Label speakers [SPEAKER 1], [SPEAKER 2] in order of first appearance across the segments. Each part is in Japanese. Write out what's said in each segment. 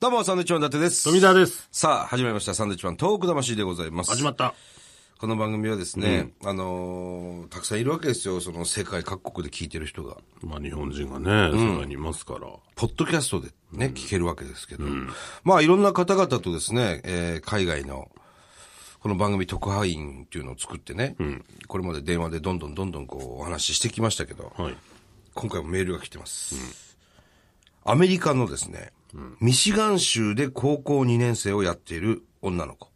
[SPEAKER 1] どうも、サンドイッチマン伊達です。
[SPEAKER 2] 富澤です。
[SPEAKER 1] さあ、始まりました。サンドイッチマントーク魂でございます。
[SPEAKER 2] 始まった。
[SPEAKER 1] この番組はですね、あのーたくさんいるわけですよ。その世界各国で聞いてる人が。
[SPEAKER 2] まあ日本人がね、世界にいますから。
[SPEAKER 1] ポッドキャストでね、聞けるわけですけど。まあ、いろんな方々とですね、えー海外の、この番組特派員っていうのを作ってね、これまで電話でどんどんどんどんこうお話ししてきましたけど、
[SPEAKER 2] はい。
[SPEAKER 1] 今回もメールが来てます。アメリカのですね、ミシガン州で高校2年生をやっている女の子。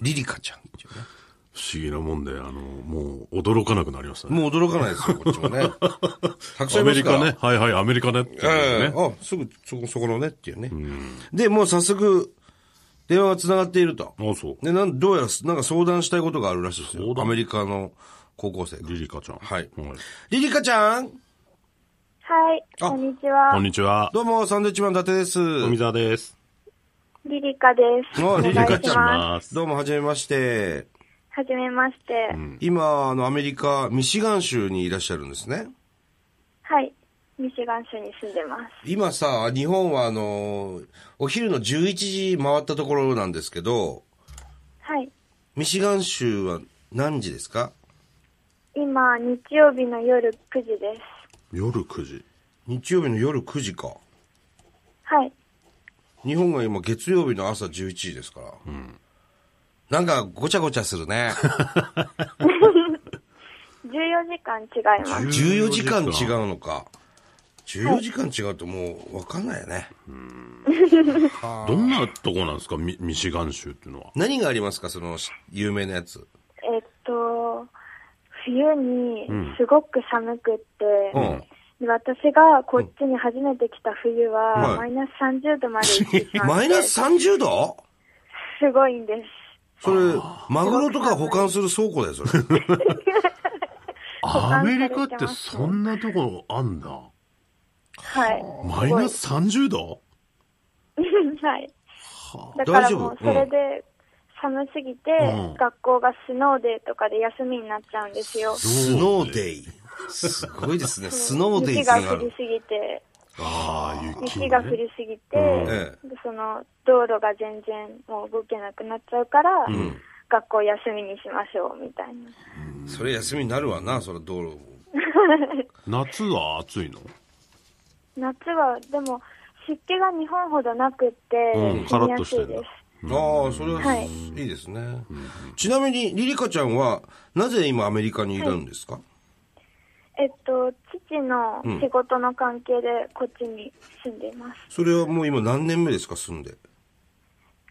[SPEAKER 1] リリカちゃんっていうね。
[SPEAKER 2] 不思議なもんで、あの、もう驚かなくなりましたね。
[SPEAKER 1] もう驚かないですよ、こっちも ね。たくさん
[SPEAKER 2] ア
[SPEAKER 1] いま
[SPEAKER 2] メ
[SPEAKER 1] す
[SPEAKER 2] リ
[SPEAKER 1] から
[SPEAKER 2] カね。はいはい、アメリカねっていう
[SPEAKER 1] え
[SPEAKER 2] ね。
[SPEAKER 1] えあ、すぐ、そこ、そこのねっていうね。で、もう早速、電話が繋がっていると。
[SPEAKER 2] あ、そう。
[SPEAKER 1] で、なん、どうやら、なんか相談したいことがあるらしいですよ
[SPEAKER 2] 相。談
[SPEAKER 1] アメリカの高校生が。
[SPEAKER 2] リリカちゃん。
[SPEAKER 1] はいリリカちゃん
[SPEAKER 3] はい、
[SPEAKER 1] あ
[SPEAKER 3] こんにち
[SPEAKER 2] こ
[SPEAKER 3] は
[SPEAKER 2] ん。にちは。
[SPEAKER 1] どうも、サンドウィッチマン伊達です。
[SPEAKER 2] 富澤です。
[SPEAKER 3] リリカです。
[SPEAKER 1] あ
[SPEAKER 3] お願
[SPEAKER 1] リ
[SPEAKER 3] い
[SPEAKER 1] リカ
[SPEAKER 3] し
[SPEAKER 1] ちゃん
[SPEAKER 3] ます。
[SPEAKER 2] す。
[SPEAKER 1] どうも、はじめまして。
[SPEAKER 3] はじめまして。
[SPEAKER 1] 今、あの、アメリカ、ミシガン州にいらっしゃるんですね。
[SPEAKER 3] はい、ミシガン州に住んでます。
[SPEAKER 1] 今さ、日本はあの、お昼の11時回ったところなんですけど、
[SPEAKER 3] はい、
[SPEAKER 1] ミシガン州は何時ですか
[SPEAKER 3] 今、日曜日の夜9時です。
[SPEAKER 2] 夜9時。
[SPEAKER 1] 日曜日の夜9時か。
[SPEAKER 3] はい、
[SPEAKER 1] 日本が今月曜日の朝11時ですから。なんかごちゃごちゃする ね。
[SPEAKER 3] 14時間違います。
[SPEAKER 1] 14時
[SPEAKER 2] 14時
[SPEAKER 1] 間
[SPEAKER 2] 間
[SPEAKER 1] 違うのか。14時間違うともうわかんないよね。
[SPEAKER 2] どんなとこなんですかミミシガン州っていうのは。
[SPEAKER 1] 何がありますかそのし有名なやつ。
[SPEAKER 3] えっと、冬にすごく寒くって、
[SPEAKER 1] うん
[SPEAKER 3] で私がこっちに初めて来た冬
[SPEAKER 1] うん
[SPEAKER 3] は、マイナス30度まで行ってしまっ て
[SPEAKER 1] マイナス30度
[SPEAKER 3] すごいんです。
[SPEAKER 1] それ、マグロとか保管する倉庫だよ、そ れ。
[SPEAKER 2] アメリカってそんなとこあんだ。
[SPEAKER 3] はい。
[SPEAKER 2] マイナス30度
[SPEAKER 3] はい。 だか
[SPEAKER 1] 大
[SPEAKER 3] ら
[SPEAKER 1] 丈夫
[SPEAKER 3] もうそれで寒すぎて、
[SPEAKER 2] うん
[SPEAKER 3] 学校がスノーデーとかで休みになっちゃうんですよ。
[SPEAKER 1] スノーデイ。すごいですね。 スノーデイ
[SPEAKER 3] 雪
[SPEAKER 1] って
[SPEAKER 3] が
[SPEAKER 1] のがあ
[SPEAKER 3] 降
[SPEAKER 1] る
[SPEAKER 3] り。すぎて、
[SPEAKER 2] ああ、雪、ね。
[SPEAKER 3] 雪が降りすぎて、
[SPEAKER 1] え
[SPEAKER 3] でその道路が全然もう動けなくなっちゃうから、学校休みにしましょうみたいな。
[SPEAKER 1] えそれ休みになるわな、それ道路。
[SPEAKER 2] 夏は暑いの
[SPEAKER 3] 夏はでも湿気が日本ほどなくって、
[SPEAKER 2] うんカ
[SPEAKER 3] 住
[SPEAKER 2] ラ
[SPEAKER 3] み
[SPEAKER 2] ッ
[SPEAKER 3] や
[SPEAKER 2] と
[SPEAKER 3] す
[SPEAKER 2] して
[SPEAKER 3] い
[SPEAKER 2] んだ
[SPEAKER 3] です。
[SPEAKER 1] ああ、それは
[SPEAKER 3] はい
[SPEAKER 1] いいですね。ちなみに、リリカちゃんは、なぜ今アメリカにいるんですか、
[SPEAKER 3] えっと、父の仕事の関係でこっちに住んでいます。
[SPEAKER 1] それはもう今何年目ですか、住んで。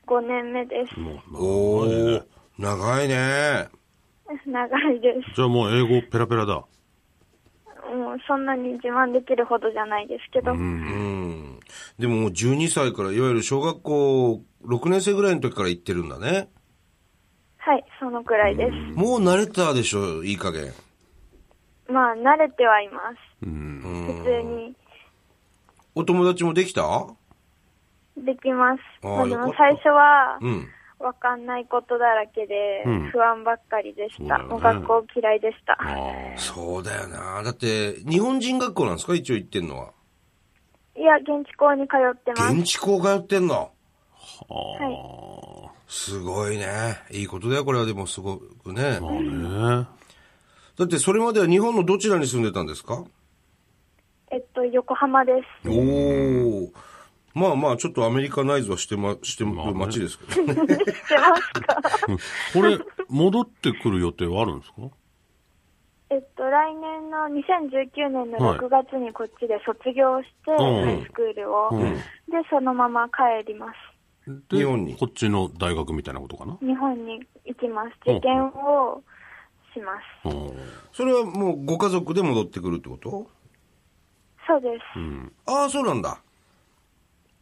[SPEAKER 3] 5年目です。
[SPEAKER 2] もう
[SPEAKER 1] お
[SPEAKER 2] マジで
[SPEAKER 1] ー、長いね。
[SPEAKER 3] 長いです。
[SPEAKER 2] じゃあもう英語ペラペラだ。
[SPEAKER 3] もうそんなに自慢できるほどじゃないですけど、
[SPEAKER 1] うん。でももう12歳から、いわゆる小学校6年生ぐらいの時から行ってるんだね。
[SPEAKER 3] はい、そのくらいです。
[SPEAKER 1] もう慣れたでしょ、いい加減。
[SPEAKER 3] まあ、慣れてはいます。
[SPEAKER 2] うん。
[SPEAKER 3] 普通に
[SPEAKER 1] お友達もできた
[SPEAKER 3] できます。
[SPEAKER 1] あー
[SPEAKER 3] まあ、で
[SPEAKER 1] よかっ
[SPEAKER 3] も
[SPEAKER 1] た
[SPEAKER 3] 最初は
[SPEAKER 1] う、ん。
[SPEAKER 3] わかんないことだらけで
[SPEAKER 2] ん、
[SPEAKER 3] 不安ばっかりでした。
[SPEAKER 2] そうだよね
[SPEAKER 3] もう学校嫌いでした。
[SPEAKER 2] あ
[SPEAKER 1] そうだよな。だって、日本人学校なんですか一応行ってんのは。
[SPEAKER 3] いや、現地校に通ってま
[SPEAKER 1] 現
[SPEAKER 3] す。
[SPEAKER 1] 地校通ってんの。
[SPEAKER 2] あ。は
[SPEAKER 1] すごいね。いいことだよ、これはでもすごくね。
[SPEAKER 2] あ。まあね。
[SPEAKER 1] だってそれまでは日本のどちらに住んでたんですか
[SPEAKER 3] えっと、横浜です。
[SPEAKER 1] おお。まあまあ、ちょっとアメリカナイズはしてま、してる街ですけどね。
[SPEAKER 3] してますか
[SPEAKER 2] これ、戻ってくる予定はあるんですか
[SPEAKER 3] えっと、来年の2019年の
[SPEAKER 2] はい
[SPEAKER 3] 6月にこっちで卒業して、
[SPEAKER 2] うん
[SPEAKER 3] ハイスクールを。
[SPEAKER 2] うん
[SPEAKER 3] で、そのまま帰ります。
[SPEAKER 2] で
[SPEAKER 1] 日本に
[SPEAKER 2] こっちの大学みたいなことかな
[SPEAKER 3] 日本に行きます。
[SPEAKER 2] うん
[SPEAKER 3] 受験をします。
[SPEAKER 2] うん。
[SPEAKER 1] それはもうご家族で戻ってくるってこと
[SPEAKER 3] そうです。
[SPEAKER 2] うん。
[SPEAKER 1] ああ、そうなんだ。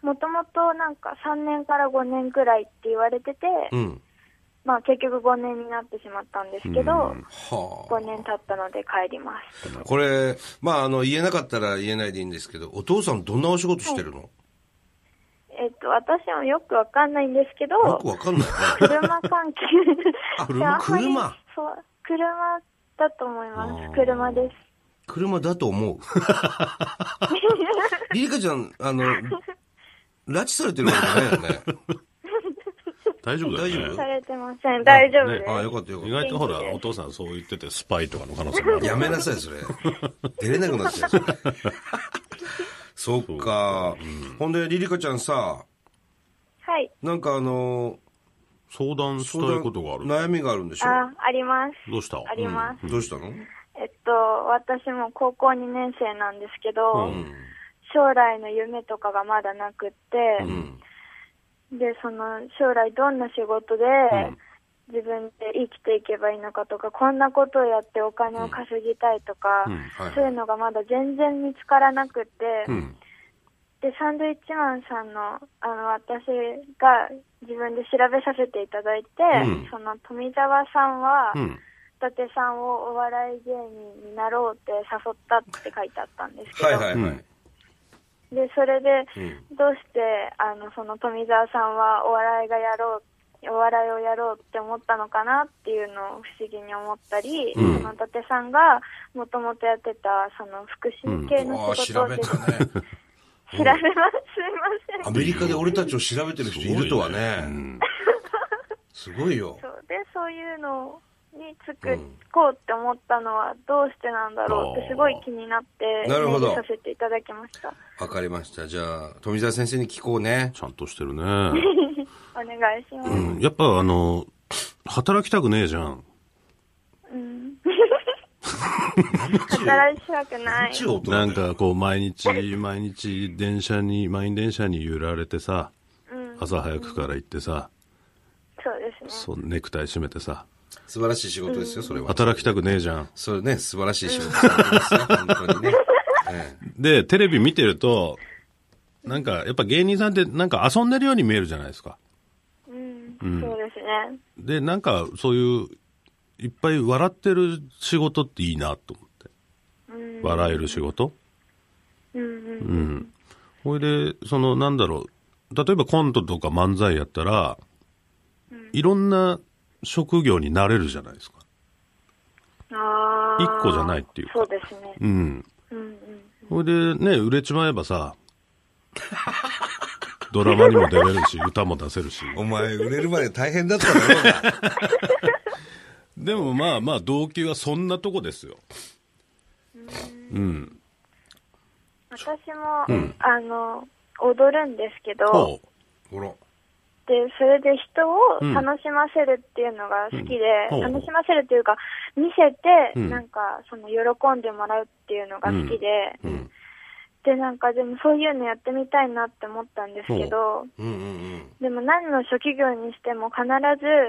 [SPEAKER 3] もともとなんか3年から5年くらいって言われてて、
[SPEAKER 1] うん。
[SPEAKER 3] まあ結局5年になってしまったんですけど、
[SPEAKER 2] うん
[SPEAKER 1] は
[SPEAKER 3] 5年経ったので帰ります。
[SPEAKER 1] あ。これ、まああの、言えなかったら言えないでいいんですけど、お父さんどんなお仕事してるの、
[SPEAKER 3] えっと、私もよくわかんないんですけ
[SPEAKER 1] よく
[SPEAKER 3] ど、
[SPEAKER 1] わかんないね。
[SPEAKER 3] 車関係
[SPEAKER 1] あ
[SPEAKER 3] であんまり
[SPEAKER 1] 車
[SPEAKER 3] そう、車だと思いま
[SPEAKER 2] あー
[SPEAKER 3] す。車です。
[SPEAKER 1] 車だと思う。リリカちゃん、あの、拉致されてるわけじゃないよね。
[SPEAKER 2] 大丈夫だ
[SPEAKER 1] 大
[SPEAKER 2] よ
[SPEAKER 1] 丈
[SPEAKER 3] さ
[SPEAKER 2] ね。
[SPEAKER 3] れてません。大丈夫です。
[SPEAKER 1] ああ、よかったよか
[SPEAKER 2] 意
[SPEAKER 1] っ
[SPEAKER 2] 外とほら、お父さんそう言ってて、スパイとかの可能性もあ
[SPEAKER 1] た。
[SPEAKER 2] る。
[SPEAKER 1] やめなさい、それ。出れなくなっ ちゃう、それ。そっか。ほんで、リリカちゃんさ、
[SPEAKER 3] はい。
[SPEAKER 1] なんかあの、
[SPEAKER 2] 相談したいことがある。
[SPEAKER 1] 悩みがあるんでしょ
[SPEAKER 3] あ、あります。
[SPEAKER 2] どうした
[SPEAKER 3] あります。
[SPEAKER 1] どうしたの
[SPEAKER 3] えっと、私も高校2年生なんですけど、
[SPEAKER 2] うん
[SPEAKER 3] 将来の夢とかがまだなくって、
[SPEAKER 2] うん
[SPEAKER 3] で、その将来どんな仕事で、自分で生きていけばいいのかとか、こんなことをやってお金を稼ぎたいとか、
[SPEAKER 2] うんうん
[SPEAKER 1] はい
[SPEAKER 3] そういうのがまだ全然見つからなくて、
[SPEAKER 2] うん。
[SPEAKER 3] で、サンドイッチマンさんの、あの、私が自分で調べさせていただいて、
[SPEAKER 2] うん
[SPEAKER 3] その富澤さんは、
[SPEAKER 2] うん。
[SPEAKER 3] 伊達さんをお笑い芸人になろうって誘ったって書いてあったんですけど、
[SPEAKER 1] はいはいはい。
[SPEAKER 3] でそれで、
[SPEAKER 1] う
[SPEAKER 3] どうしてあのその富澤さんはお笑いがやろうお笑いをやろうって思ったのかなっていうのを不思議に思ったり、
[SPEAKER 2] うん
[SPEAKER 3] その伊達さんがもともとやってたその福祉系
[SPEAKER 1] あ
[SPEAKER 3] の
[SPEAKER 1] あ、
[SPEAKER 3] 仕事
[SPEAKER 1] 調
[SPEAKER 3] を
[SPEAKER 1] べ
[SPEAKER 3] です、
[SPEAKER 1] たね。
[SPEAKER 3] 調べますすいません
[SPEAKER 1] アメリカで俺たちを調べてる人いるとはね。
[SPEAKER 2] うん
[SPEAKER 1] すごいよ。
[SPEAKER 3] そうでそういうのにつく、こうって思ったのはどうしてなんだろうってすごい気になって
[SPEAKER 1] なるほど
[SPEAKER 3] メールさせていただきました
[SPEAKER 1] わかりました。じゃあ、富澤先生に聞こうね。
[SPEAKER 2] ちゃんとしてるね。
[SPEAKER 3] お願いします、
[SPEAKER 2] うんやっぱあの、働きたくねえじゃん。
[SPEAKER 3] うん、働いしたくない。
[SPEAKER 1] 一応大人
[SPEAKER 2] なんかこう毎日毎日電車に満員電車に揺られてさ
[SPEAKER 3] うん、そ
[SPEAKER 2] 朝早くから行ってさ
[SPEAKER 3] うですね。
[SPEAKER 2] そうネクタイ締めてさ
[SPEAKER 1] 素晴らしい仕事ですよ、それは。
[SPEAKER 2] 働きたくねえじゃん
[SPEAKER 1] それね、素晴らしい仕事されてますよ、本当にね。ええ
[SPEAKER 2] でテレビ見てるとなんかやっぱ芸人さんってなんか遊んでるように見えるじゃないですか
[SPEAKER 3] うん、そうですね。
[SPEAKER 2] でなんかそういういっぱい笑ってる仕事っていいなと思って
[SPEAKER 3] うん、
[SPEAKER 2] 笑える仕事
[SPEAKER 3] うん、
[SPEAKER 2] う
[SPEAKER 3] うん、
[SPEAKER 2] んほいでそのなんだろう例えばコントとか漫才やったらいろんな職業になれるじゃないですか
[SPEAKER 3] ああ。
[SPEAKER 2] 一個じゃないっていうか
[SPEAKER 3] そうですね。
[SPEAKER 2] うん。
[SPEAKER 3] うん、うん、
[SPEAKER 2] それでね、売れちまえばさ、ドラマにも出れるし、歌も出せるし。
[SPEAKER 1] お前、売れるまで大変だっただろうな。
[SPEAKER 2] でもまあまあ、動機はそんなとこですよ。うん。
[SPEAKER 3] 私も、あの、踊るんですけど、
[SPEAKER 2] ほ
[SPEAKER 1] ほら。
[SPEAKER 3] で、それで人を
[SPEAKER 2] うん
[SPEAKER 3] 楽しませるっていうのが好きで、
[SPEAKER 2] うんほう
[SPEAKER 3] 楽しませるっていうか、見せて、
[SPEAKER 2] うん
[SPEAKER 3] なんか、その、喜んでもらうっていうのが好きで、
[SPEAKER 2] う。うん。
[SPEAKER 3] で、なんか、でもそういうのやってみたいなって思ったんですけど、
[SPEAKER 1] うんうん
[SPEAKER 3] でも何の職業にしても必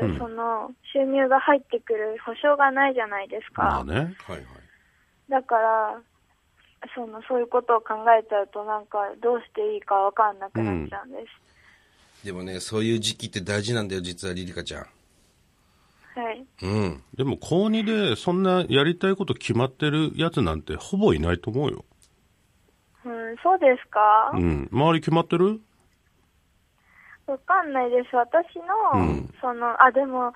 [SPEAKER 3] ず、
[SPEAKER 2] うん
[SPEAKER 3] その収入が入ってくる保証がないじゃないです
[SPEAKER 2] まあ
[SPEAKER 3] か。
[SPEAKER 2] ね。
[SPEAKER 1] はいはい。
[SPEAKER 3] だから、そのそういうことを考えちゃうとなんかどうしていいかわかんなくなっちゃうんです。
[SPEAKER 1] でもね、そういう時期って大事なんだよ、実はリリカちゃん。
[SPEAKER 3] はい。
[SPEAKER 1] うん。
[SPEAKER 2] でも、高2でそんなやりたいこと決まってるやつなんてほぼいないと思うよ。
[SPEAKER 3] うん、そうですか
[SPEAKER 2] うん。周り決まってる
[SPEAKER 3] わかんないです。私の、その、あ、でも、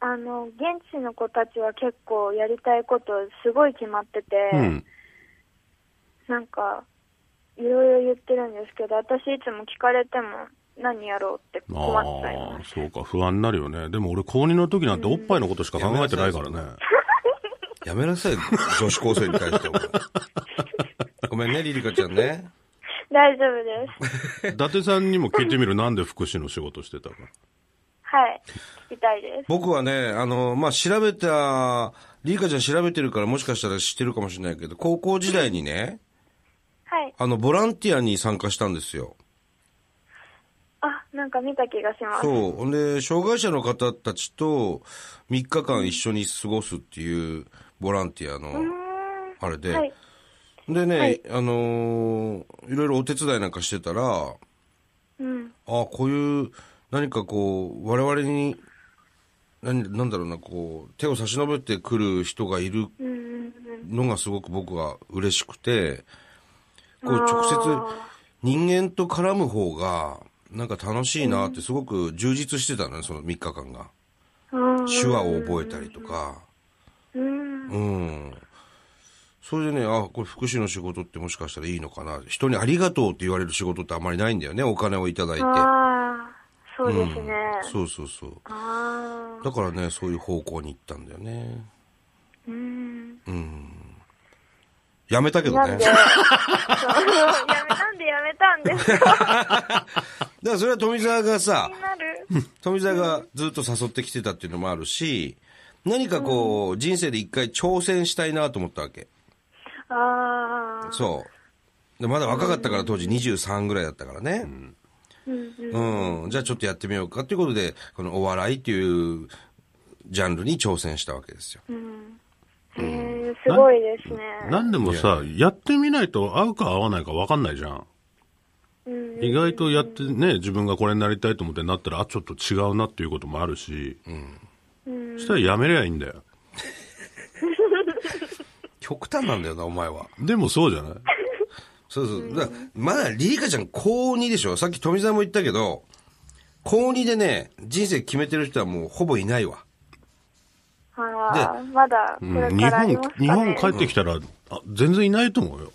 [SPEAKER 3] あの、現地の子たちは結構やりたいことすごい決まってて、
[SPEAKER 2] うん。
[SPEAKER 3] なんか、いろいろ言ってるんですけど、私いつも聞かれても何やろうって
[SPEAKER 2] あ
[SPEAKER 3] 困っちゃいます
[SPEAKER 2] あ、。そうか、不安になるよね。でも俺、高2の時なんておっぱいのことしか考えてないからね。
[SPEAKER 1] やめなさい、女子高生に対しては。ごめんね、リリカちゃんね。
[SPEAKER 3] 大丈夫です。
[SPEAKER 2] 伊達さんにも聞いてみる、なんで福祉の仕事してたか。
[SPEAKER 3] はい。聞きたいです。
[SPEAKER 1] 僕はね、あの、まあ、調べた、リリカちゃん調べてるからもしかしたら知ってるかもしれないけど、高校時代にね、
[SPEAKER 3] はい。
[SPEAKER 1] あの、ボランティアに参加したんですよ。
[SPEAKER 3] あ、なんか見た気がします。
[SPEAKER 1] そう。ほんで、障害者の方たちと3日間一緒に過ごすっていうボランティアの、あれで、
[SPEAKER 3] はい。
[SPEAKER 1] でね、
[SPEAKER 3] はい
[SPEAKER 1] あのーいろいろお手伝いなんかしてたら、あ
[SPEAKER 3] うん。
[SPEAKER 1] こういう、何かこう、我々に、何なんだろうな、こう、手を差し伸べてくる人がいる
[SPEAKER 3] うんうんうん。
[SPEAKER 1] のがすごく僕は嬉しくて、こう
[SPEAKER 3] あー
[SPEAKER 1] 直接人間と絡む方が、なんか楽しいなってすごく充実してたのね、その3日間が。
[SPEAKER 3] うん
[SPEAKER 1] 手話を覚えたりとか、
[SPEAKER 3] うん。
[SPEAKER 1] うん。それでね、あ、これ福祉の仕事ってもしかしたらいいのかな。人にありがとうって言われる仕事ってあんまりないんだよね。お金をいただいて。
[SPEAKER 3] ああ、そうですね。
[SPEAKER 1] そうそうそう。
[SPEAKER 3] ああ、
[SPEAKER 1] だからね、そういう方向に行ったんだよね。
[SPEAKER 3] うん。
[SPEAKER 1] やめたけど
[SPEAKER 3] なん
[SPEAKER 1] ね。
[SPEAKER 3] で、
[SPEAKER 1] だ
[SPEAKER 3] そ
[SPEAKER 1] か
[SPEAKER 3] うやめなんでやめたんですか
[SPEAKER 1] らそれは富澤がさ
[SPEAKER 3] 気に、なる。
[SPEAKER 1] 富澤がずっと誘ってきてたっていうのもあるし、何かこう、人生で一回挑戦したいなと思ったわけ。
[SPEAKER 3] ああ、
[SPEAKER 1] そう。でまだ若かったから当時23ぐらいだったからね。
[SPEAKER 3] うんうん。
[SPEAKER 1] うん、じゃあちょっとやってみようかということで、このお笑いっていうジャンルに挑戦したわけですよ。
[SPEAKER 3] うんへえ、すごいですね。
[SPEAKER 2] 何でもさ、やってみないと合うか合わないか分かんないじゃん。
[SPEAKER 3] うん
[SPEAKER 2] 意外とやってね、自分がこれになりたいと思ってなったら、あ、ちょっと違うなっていうこともあるし、
[SPEAKER 3] うん
[SPEAKER 2] そしたらやめりゃいいんだよ。
[SPEAKER 1] 極端なんだよな、お前は。
[SPEAKER 2] でもそうじゃない
[SPEAKER 1] そうそう。だからまだリリカちゃん高2でしょさっき富澤も言ったけど、高2でね、人生決めてる人はもうほぼいないわ。
[SPEAKER 3] ああ、まだこれ
[SPEAKER 2] うん日
[SPEAKER 3] からあります
[SPEAKER 2] 本
[SPEAKER 3] か、ね
[SPEAKER 2] 日本帰ってきたら、あ全然いないと思うよ。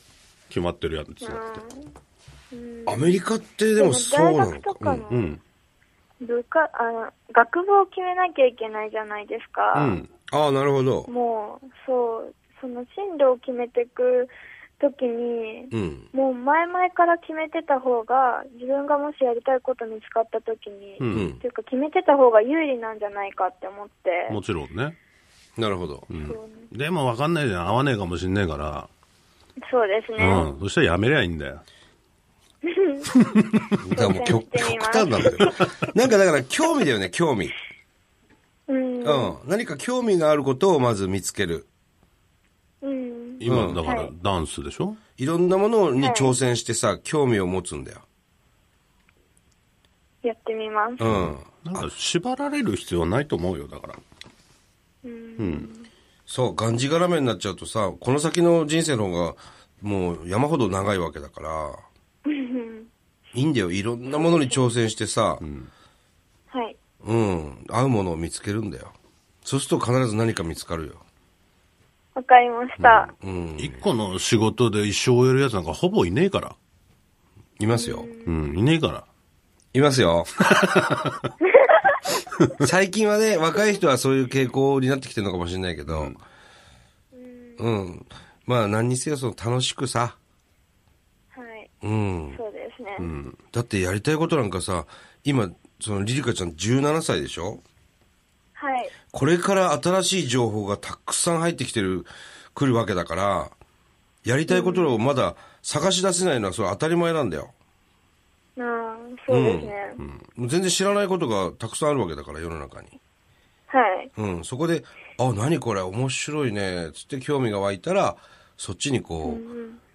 [SPEAKER 2] 決まってるやつだって。
[SPEAKER 1] アメリカってで
[SPEAKER 3] でも
[SPEAKER 1] もそう
[SPEAKER 3] 大
[SPEAKER 1] なの
[SPEAKER 3] 学と
[SPEAKER 1] か。
[SPEAKER 3] か
[SPEAKER 1] うん
[SPEAKER 3] の
[SPEAKER 2] うん。
[SPEAKER 3] 部活、あの、学部を決めなきゃいけないじゃないですか。
[SPEAKER 2] うん。
[SPEAKER 1] ああ、なるほど。
[SPEAKER 3] もう、そう、その進路を決めていくときに、
[SPEAKER 1] うん。
[SPEAKER 3] もう前々から決めてた方が、自分がもしやりたいこと見つかったときに、
[SPEAKER 2] う。
[SPEAKER 1] うんん
[SPEAKER 3] と。いうか決めてた方が有利なんじゃないかって思って、
[SPEAKER 2] もちろんね。
[SPEAKER 1] なるほど。
[SPEAKER 3] そう
[SPEAKER 2] でも分かんないじゃん。合わねえかもしんねえから。
[SPEAKER 3] そうですね。
[SPEAKER 2] うん。そしたらやめりゃいいんだよ。
[SPEAKER 1] だからもう極
[SPEAKER 3] 挑戦して
[SPEAKER 1] 極
[SPEAKER 3] みます
[SPEAKER 1] 端なんだよ。なんかだから興味だよね、興味。
[SPEAKER 3] うん。
[SPEAKER 1] うん。何か興味があることをまず見つける。
[SPEAKER 3] うん。
[SPEAKER 2] 今、
[SPEAKER 1] うん
[SPEAKER 2] だから
[SPEAKER 3] はい
[SPEAKER 2] ダンスでしょ
[SPEAKER 1] いろんなものに挑戦してさ、興味を持つんだよ。
[SPEAKER 3] やってみます。
[SPEAKER 1] うん。
[SPEAKER 2] なんか縛られる必要はないと思うよ、だから。
[SPEAKER 1] そう、がんじがらめになっちゃうとさ、この先の人生の方が、もう山ほど長いわけだから、いいんだよ。いろんなものに挑戦してさ、うん、
[SPEAKER 3] はい。
[SPEAKER 1] 合うものを見つけるんだよ。そうすると必ず何か見つかるよ。
[SPEAKER 3] わかりました。
[SPEAKER 1] うん。
[SPEAKER 2] 一個の仕事で一生終えるやつなんかほぼいねえから。
[SPEAKER 1] いますよ。
[SPEAKER 2] うん、いねえから。
[SPEAKER 1] います よ。最近はね、若い人はそういう傾向になってきてるのかもしれないけど、うん。まあ何にせよその楽しくさ、
[SPEAKER 3] はい。
[SPEAKER 1] うん。
[SPEAKER 3] そうですね。
[SPEAKER 1] だってやりたいことなんかさ、今、そのリリカちゃん17歳でしょ
[SPEAKER 3] はい。
[SPEAKER 1] これから新しい情報がたくさん入ってきてる、来るわけだから、やりたいことをまだ探し出せないのはそれ当たり前なんだよ。
[SPEAKER 3] うん、そうですね。
[SPEAKER 1] もう全然知らないことがたくさんあるわけだから、世の中に。
[SPEAKER 3] はい。
[SPEAKER 1] うん、そこで、あ、何これ面白いね、つって興味が湧いたら、そっちにこ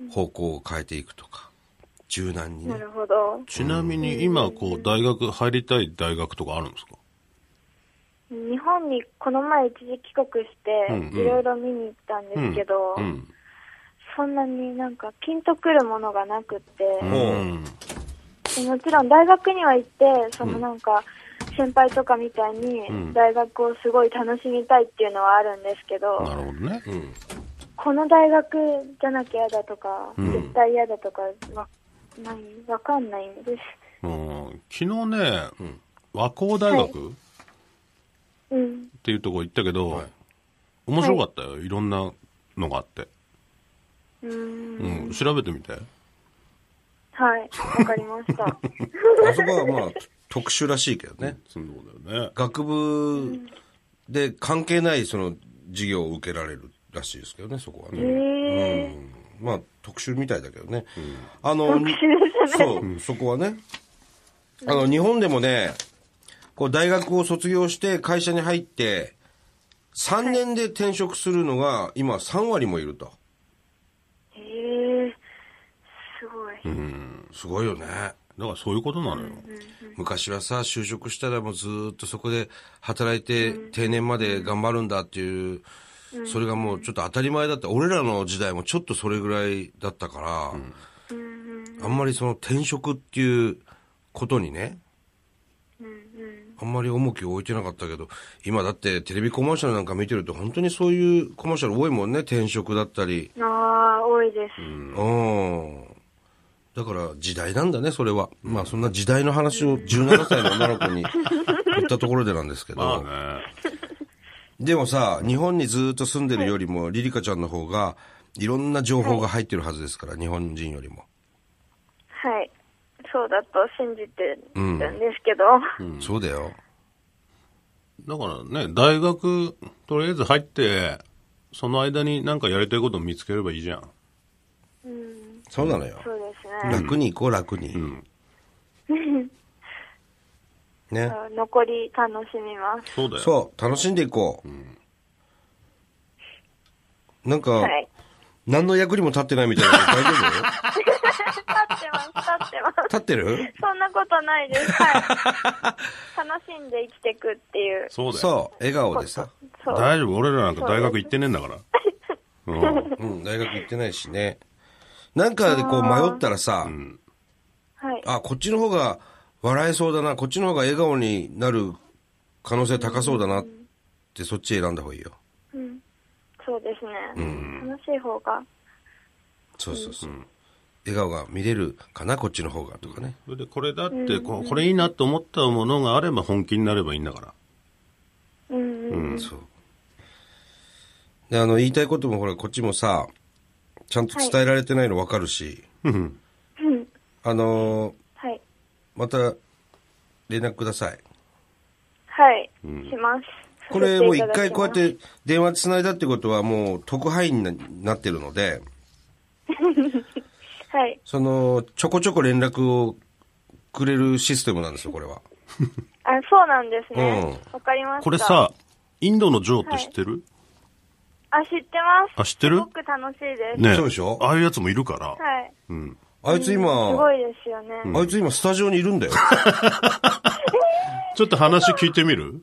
[SPEAKER 1] う、方向を変えていくとか、柔軟に
[SPEAKER 3] な
[SPEAKER 1] ね。
[SPEAKER 3] るほど。
[SPEAKER 2] ちなみに今、こう、大学、入りたい大学とかあるんですか
[SPEAKER 3] 日本にこの前一時帰国して、いろいろ見に行ったんですけど、
[SPEAKER 2] うん。
[SPEAKER 3] そんなになんかピンとくるものがなくって、
[SPEAKER 2] うん。
[SPEAKER 3] でもちろん大学には行って、そのなんか、先輩とかみたいに大学をすごい楽しみたいっていうのはあるんですけど、
[SPEAKER 2] なるほどね。
[SPEAKER 1] うん。
[SPEAKER 3] この大学じゃなきゃ嫌だとか、絶対嫌だとかわないわかんないんです。
[SPEAKER 2] うん昨日ね、和光大学っ
[SPEAKER 3] うん。
[SPEAKER 2] ていうとこ行ったけど、
[SPEAKER 1] はい
[SPEAKER 2] 面白かったよ。いろんなのがあって。
[SPEAKER 3] うーん。
[SPEAKER 2] うん、調べてみて。
[SPEAKER 3] はい。わかりま した。
[SPEAKER 1] あそこはまあ、特殊らしいけどね。
[SPEAKER 2] そうだよね。
[SPEAKER 1] 学部で関係ないその授業を受けられるらしいですけどね、そこはね。
[SPEAKER 3] へ
[SPEAKER 1] うんまあ、特集みたいだけどね。あの、 そううん、そこはね。あの、日本でもね、こう、大学を卒業して会社に入って、3年で転職するのが今3割もいると。
[SPEAKER 3] えー、すごい。
[SPEAKER 1] すごいよね。
[SPEAKER 2] だからそういうことなのよ。
[SPEAKER 1] 昔はさ、就職したらもうずーっとそこで働いて定年まで頑張るんだっていう、それがもうちょっと当たり前だった。俺らの時代もちょっとそれぐらいだったから、あんまりその転職っていうことにね、あんまり重きを置いてなかったけど、今だってテレビコマーシャルなんか見てると本当にそういうコマーシャル多いもんね。転職だったり、
[SPEAKER 3] あいです。
[SPEAKER 1] うん。だから時代なんだね、それは。まあそんな時代の話を17歳の女の子に 言ったところでなんですけど。
[SPEAKER 2] まあね。
[SPEAKER 1] でもさ、日本にずっと住んでるよりも、リリカちゃんの方が、いろんな情報が入ってるはずですから、日本人よりも。
[SPEAKER 3] はい。そうだと信じてるんですけど、
[SPEAKER 1] そうだよ。
[SPEAKER 2] だからね、大学、とりあえず入って、その間になんかやりたいことを見つければいいじゃん。
[SPEAKER 1] そうなのよ。
[SPEAKER 3] そうですね。
[SPEAKER 1] 楽に行こう、楽に。ね。
[SPEAKER 3] 残り楽しみます。
[SPEAKER 2] そうだよ。
[SPEAKER 1] そう、楽しんでいこう。なんか
[SPEAKER 3] は、い。
[SPEAKER 1] 何の役にも立ってないみたいな。大丈夫
[SPEAKER 3] 立ってます、立ってます。
[SPEAKER 1] 立ってる
[SPEAKER 3] そんなことないです。 はい。楽しんで生きてくっていう。
[SPEAKER 2] そうだよ。
[SPEAKER 1] そう、笑顔でさ。
[SPEAKER 3] そう。
[SPEAKER 2] 大丈夫俺らなんか大学行ってねえんだ から。う
[SPEAKER 1] う
[SPEAKER 2] ん。
[SPEAKER 1] ん、大学行ってないしね。なんかでこう迷ったらさ、
[SPEAKER 3] はい。
[SPEAKER 1] あ、こっちの方が笑えそうだな、こっちの方が笑顔になる可能性高そうだなって、そっち選んだ方がいいよ。
[SPEAKER 3] うん。そうですね。楽しい方が。
[SPEAKER 1] そうそうそう。笑顔が見れるかな、こっちの方がとかね。
[SPEAKER 2] それで、これだってこ、これいいなと思ったものがあれば本気になればいいんだから。
[SPEAKER 3] うんうん。
[SPEAKER 1] そう。で、あの、言いたいこともほら、こっちもさ、ちゃんと伝えられてないの分かるし、
[SPEAKER 2] うん。
[SPEAKER 1] あのー
[SPEAKER 3] はい。
[SPEAKER 1] また、連絡ください。
[SPEAKER 3] はい。します。
[SPEAKER 1] これもう一
[SPEAKER 3] させ
[SPEAKER 1] 回
[SPEAKER 3] ていただきます
[SPEAKER 1] こうやっ。て電話つないだってことはもう特派員になってるので、
[SPEAKER 3] はい。
[SPEAKER 1] その、ちょこちょこ連絡をくれるシステムなんですよ、これは。
[SPEAKER 3] あ、そうなんですね。
[SPEAKER 1] う
[SPEAKER 3] わかりました。
[SPEAKER 2] これさ、インドのジョーって知ってる、
[SPEAKER 3] あ、知ってます。
[SPEAKER 2] あ知ってる
[SPEAKER 3] すごく楽しいです。
[SPEAKER 2] ねえ
[SPEAKER 1] そうでしょ
[SPEAKER 2] ああいうやつもいるから。
[SPEAKER 3] はい。
[SPEAKER 2] うん。
[SPEAKER 1] あいつ今、
[SPEAKER 3] すごいですよね。
[SPEAKER 1] あいつ今スタジオにいる んだよ。
[SPEAKER 2] ちょっと話聞いてみる
[SPEAKER 3] 聞き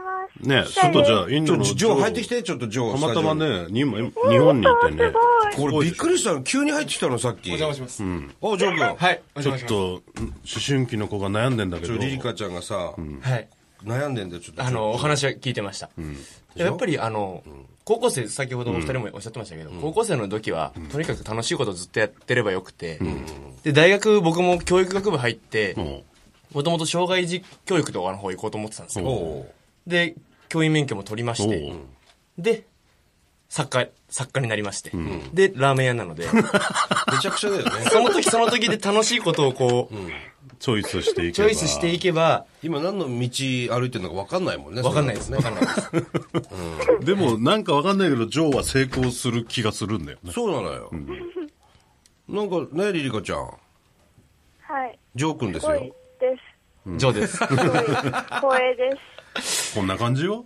[SPEAKER 3] ます。
[SPEAKER 2] ねえちょっとじゃあ、イン
[SPEAKER 1] ち
[SPEAKER 2] ド
[SPEAKER 1] ょ、
[SPEAKER 2] の
[SPEAKER 1] ジ
[SPEAKER 2] ジ
[SPEAKER 1] ョ
[SPEAKER 2] ョ
[SPEAKER 1] ー
[SPEAKER 2] ー。
[SPEAKER 1] 入ってきて、ちょっとジョー。
[SPEAKER 2] たまたまね、日本日
[SPEAKER 3] えー
[SPEAKER 2] 本にいてね
[SPEAKER 1] ス
[SPEAKER 3] す。ごい
[SPEAKER 1] タジオに。これびっくりしたの。急に入ってきたの、さっき。
[SPEAKER 4] お邪魔します。
[SPEAKER 1] お、ジョー君。
[SPEAKER 4] はい、お
[SPEAKER 2] ちょ
[SPEAKER 4] 邪魔
[SPEAKER 2] っ
[SPEAKER 4] します。
[SPEAKER 2] と、うん思春期の子が悩んでんだけ
[SPEAKER 1] ち
[SPEAKER 2] ど
[SPEAKER 1] ょ、。リリカちゃんがさ、
[SPEAKER 4] はい。
[SPEAKER 1] 悩んでんだよ、ちょっと。
[SPEAKER 4] あの、お話は聞いてました。やっぱり、あの、高校生、先ほどお二人もおっしゃってましたけど、高校生の時は、とにかく楽しいことをずっとやってればよくて、で、大学、僕も教育学部入って
[SPEAKER 2] う、ん
[SPEAKER 4] もともと障害児教育とかの方行こうと思ってたんですよ。
[SPEAKER 1] おう
[SPEAKER 4] で、教員免許も取りまし
[SPEAKER 2] お
[SPEAKER 4] て
[SPEAKER 2] う、
[SPEAKER 4] で、作家、作家になりまして、で、ラーメン屋なので、
[SPEAKER 1] めちゃくちゃだ よね。
[SPEAKER 4] その時その時で楽しいことをこう、
[SPEAKER 2] チョイスしていけ
[SPEAKER 4] チ
[SPEAKER 2] ば
[SPEAKER 4] ョイスしていけば、
[SPEAKER 1] 今何の道歩いてるのか分かんないもんね。
[SPEAKER 4] わかんないですね。わかんないです。
[SPEAKER 2] でも、なんかわかんないけど、ジョーは成功する気がするんだよね。
[SPEAKER 1] そうなのよ。なんかね、リリカちゃん。
[SPEAKER 3] はい。
[SPEAKER 1] ジョー君ですす
[SPEAKER 3] ごい
[SPEAKER 1] よ。
[SPEAKER 3] です。
[SPEAKER 4] ジョーです。
[SPEAKER 3] すごい。光栄です。
[SPEAKER 2] こんな感じよ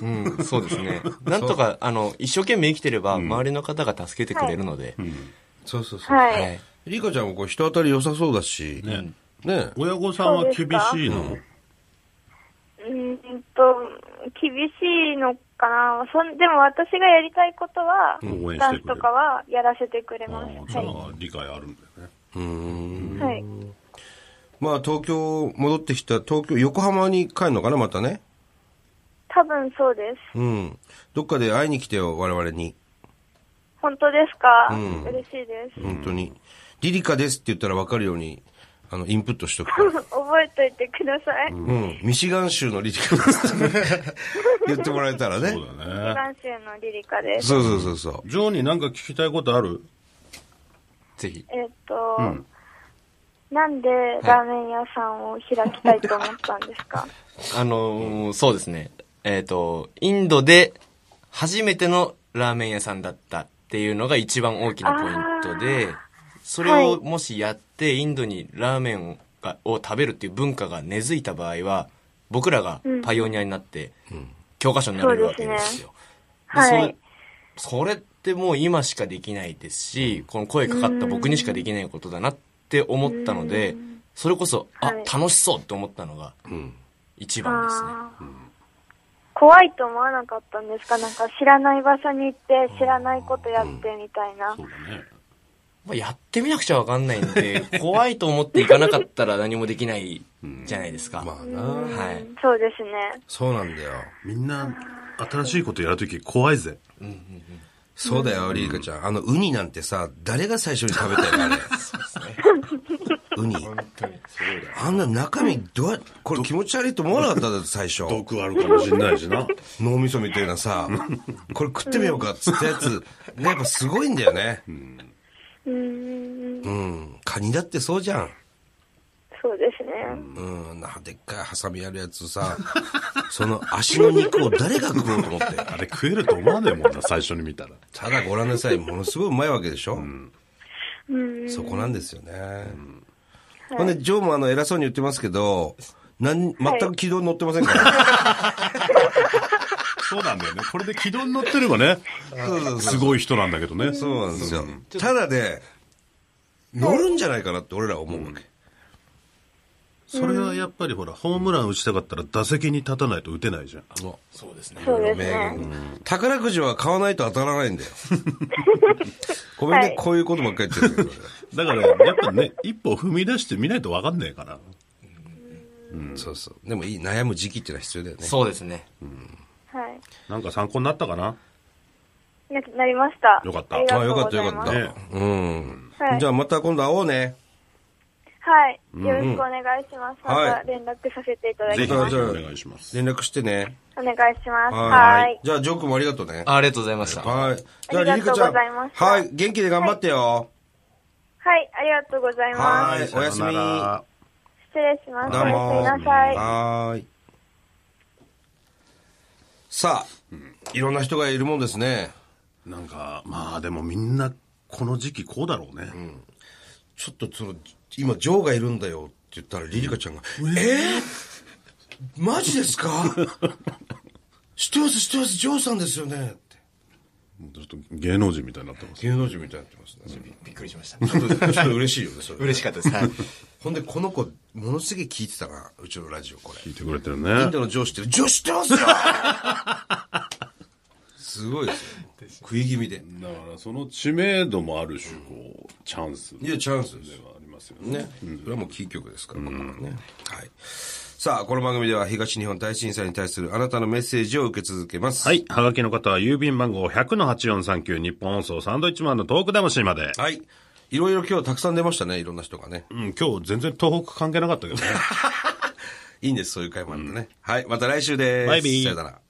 [SPEAKER 4] うん、 そうですね。なんとか、あの、一生懸命生きてれば、周りの方が助けてくれるので、
[SPEAKER 1] そうそう そう。
[SPEAKER 3] は。
[SPEAKER 4] はいい。
[SPEAKER 1] リリカちゃんもこう人当たり良さそうだし。ね。
[SPEAKER 2] ね。親御さんは厳しいの
[SPEAKER 3] うーんと、厳しいのかな。そんでも私がやりたいことは
[SPEAKER 2] うん応、援し
[SPEAKER 3] ダ
[SPEAKER 2] て
[SPEAKER 3] ン
[SPEAKER 2] くれる
[SPEAKER 3] スとかはやらせてくれ
[SPEAKER 2] あ
[SPEAKER 3] ま
[SPEAKER 2] あ
[SPEAKER 3] す。
[SPEAKER 2] じゃ
[SPEAKER 3] は
[SPEAKER 2] あ、理解あるんだよね。
[SPEAKER 3] い。はい。
[SPEAKER 1] まあ東京戻ってきた、東京、横浜に帰るのかな、またね。
[SPEAKER 3] 多分そうです。
[SPEAKER 1] うん。どっかで会いに来てよ、我々に。
[SPEAKER 3] 本当ですか、嬉しいです。
[SPEAKER 1] 本当に。リリカですって言ったら分かるように、あの、インプットしとくから。
[SPEAKER 3] 覚えといてください。
[SPEAKER 1] うん。ミシガン州のリリカですって言ってもらえたらね。
[SPEAKER 2] そうだね。
[SPEAKER 3] 関西のリリカです。
[SPEAKER 1] そうそうそうそう。
[SPEAKER 2] ジョーになんか聞きたいことある
[SPEAKER 4] ぜひ。
[SPEAKER 3] えっと、なんでラーメン屋さんを開きたいと思ったんですか、
[SPEAKER 4] あのーそうですね。えっ、と、インドで初めてのラーメン屋さんだったっていうのが一番大きなポイントで、それ
[SPEAKER 3] はい
[SPEAKER 4] をもしやって、インドにラーメンをがを食べるっていう文化が根付いた場合は、僕らがパイオニアになって、教科書になれるわけですよ。で
[SPEAKER 3] はい
[SPEAKER 4] それそれってもう今しかできないですし、この声かかった僕にしかできないことだなって思ったので、それこそ、あ、
[SPEAKER 3] はい
[SPEAKER 4] 楽しそうって思ったのが、一番ですね。
[SPEAKER 3] あー怖いと思わなかったんですかなんか知らない場所に行って、知らないことやってみたいな。
[SPEAKER 2] そうだね。
[SPEAKER 4] まあ、やってみなくちゃわかんないんで、怖いと思っていかなかったら何もできないじゃないですか。
[SPEAKER 1] まあな。
[SPEAKER 4] はい。
[SPEAKER 3] そうですね。
[SPEAKER 1] そうなんだよ。
[SPEAKER 2] みんな、新しいことやるとき怖いぜ。
[SPEAKER 1] そうだよ、リリカちゃん。あの、ウニなんてさ、誰が最初に食べたよ、あ れ。ウニ。
[SPEAKER 4] 本当に。
[SPEAKER 1] あんな中身、どうや、これ気持ち悪いと思わなかっただって最初。
[SPEAKER 2] 毒あるかもしれないしな。
[SPEAKER 1] 脳みそみたいなさ、これ食ってみようかっつったやつ、ねやっぱすごいんだよね。
[SPEAKER 3] うん、
[SPEAKER 1] うん。カニだってそうじゃん。
[SPEAKER 3] そうですね。
[SPEAKER 1] うん。なでっかいハサミあるやつ さ、その足の肉を誰が食おうと思って。
[SPEAKER 2] あれ食えると思わねえもんな、最初に見たら。
[SPEAKER 1] ただご覧なさい、ものすごいうまいわけでしょ、
[SPEAKER 3] うん、
[SPEAKER 1] そこなんですよね。ほんで、ジョーもあの、偉そうに言ってますけど、なん、全く軌道に乗ってませんから。
[SPEAKER 2] そうなんだよね。これで軌道に乗ってればね、
[SPEAKER 1] そうそうそう
[SPEAKER 2] すごい人なんだけどね。
[SPEAKER 1] そうなんですよ。ただね、乗るんじゃないかなって俺らは思うわけ。
[SPEAKER 2] それはやっぱりほら、ホームラン打ちたかったら打席に立たないと打てないじゃん。
[SPEAKER 4] そうですね。
[SPEAKER 3] そうです
[SPEAKER 1] 名
[SPEAKER 3] ね。
[SPEAKER 1] 言。宝くじは買わないと当たらないん だよ。ごめんね、
[SPEAKER 3] はい
[SPEAKER 1] こういうことばっかり言ってるけ
[SPEAKER 2] だから、やっぱね、一歩踏み出してみないとわかんねえから。
[SPEAKER 1] ど。そうそう。でもいい、悩む時期ってのは必要だよね。
[SPEAKER 4] そうですね。
[SPEAKER 3] はい。
[SPEAKER 2] なんか参考になったかな
[SPEAKER 3] ななりました。
[SPEAKER 2] よかった
[SPEAKER 3] ありが
[SPEAKER 1] あ
[SPEAKER 3] とう
[SPEAKER 1] よかっ
[SPEAKER 3] ご
[SPEAKER 1] た
[SPEAKER 3] ざ
[SPEAKER 1] よ
[SPEAKER 3] いま
[SPEAKER 1] かっ
[SPEAKER 3] す
[SPEAKER 1] た。
[SPEAKER 2] ね
[SPEAKER 1] うん。
[SPEAKER 3] はい
[SPEAKER 1] じゃあまた今度会おうね。
[SPEAKER 3] はい。よろしくお願いします。
[SPEAKER 1] はい
[SPEAKER 3] また連絡させていただ
[SPEAKER 2] ぜ
[SPEAKER 3] き
[SPEAKER 2] ひ、
[SPEAKER 3] ま
[SPEAKER 2] お
[SPEAKER 1] あ
[SPEAKER 3] す。
[SPEAKER 1] じゃあ
[SPEAKER 2] 願いします。
[SPEAKER 1] 連絡してね。
[SPEAKER 3] お願いします。はい。
[SPEAKER 1] じゃあ、ジョー君もありがとうね。
[SPEAKER 4] ありがとうございました。
[SPEAKER 1] はい。じゃ
[SPEAKER 3] ありがとう
[SPEAKER 1] リリカちゃん
[SPEAKER 3] ございました
[SPEAKER 1] はい。元気で頑張ってよ。
[SPEAKER 3] はい。ありがとうございま
[SPEAKER 1] は
[SPEAKER 3] す。
[SPEAKER 1] いおやすみ
[SPEAKER 2] さよなら
[SPEAKER 3] 失礼します。
[SPEAKER 1] ど
[SPEAKER 3] お
[SPEAKER 1] う
[SPEAKER 3] や
[SPEAKER 1] も。
[SPEAKER 3] すみなさい。
[SPEAKER 1] はーい。さあ、いろんな人がいるもんですね。
[SPEAKER 2] なんか、まあでもみんな、この時期こうだろうね。
[SPEAKER 1] ちょっとその、今、ジョーがいるんだよって言ったら、リリカちゃんが、えー、マジですか 知ってます、知ってます、ジョーさんですよねって。
[SPEAKER 2] ちょっと芸能人みたいになってます。
[SPEAKER 1] 芸能人みたいになってますね。
[SPEAKER 4] びっくりしました。
[SPEAKER 1] ちょっとちょっと嬉しいよね、それ。
[SPEAKER 4] 嬉しかったです。はい。
[SPEAKER 1] ほんで、この子、ものすげえ聞いてたな、うちのラジオ、これ。
[SPEAKER 2] 聞いてくれてる
[SPEAKER 1] イ
[SPEAKER 2] ね
[SPEAKER 1] ン。ドの上司ってる、上司知ってますよすごいですよ。食い気味で。
[SPEAKER 2] だからその知名度もある種、こう、チャンス
[SPEAKER 1] いや、チャンスです
[SPEAKER 2] で
[SPEAKER 1] よ。
[SPEAKER 2] はありますよね。
[SPEAKER 1] ね。それはもうキー局ですから、ここはね。はい。さあ、この番組では東日本大震災に対するあなたのメッセージを受け続けます。
[SPEAKER 2] は。い。はがきの方は郵便番号100-8439日本放送サンドイッチマンのトーク魂まで。
[SPEAKER 1] はい。いろいろ今日たくさん出ましたね、いろんな人がね。
[SPEAKER 2] うん、今日全然東北関係なかったけどね。
[SPEAKER 1] いいんです、そういう会もあってね。はい。また来週です。
[SPEAKER 2] バイビー
[SPEAKER 1] さよなら。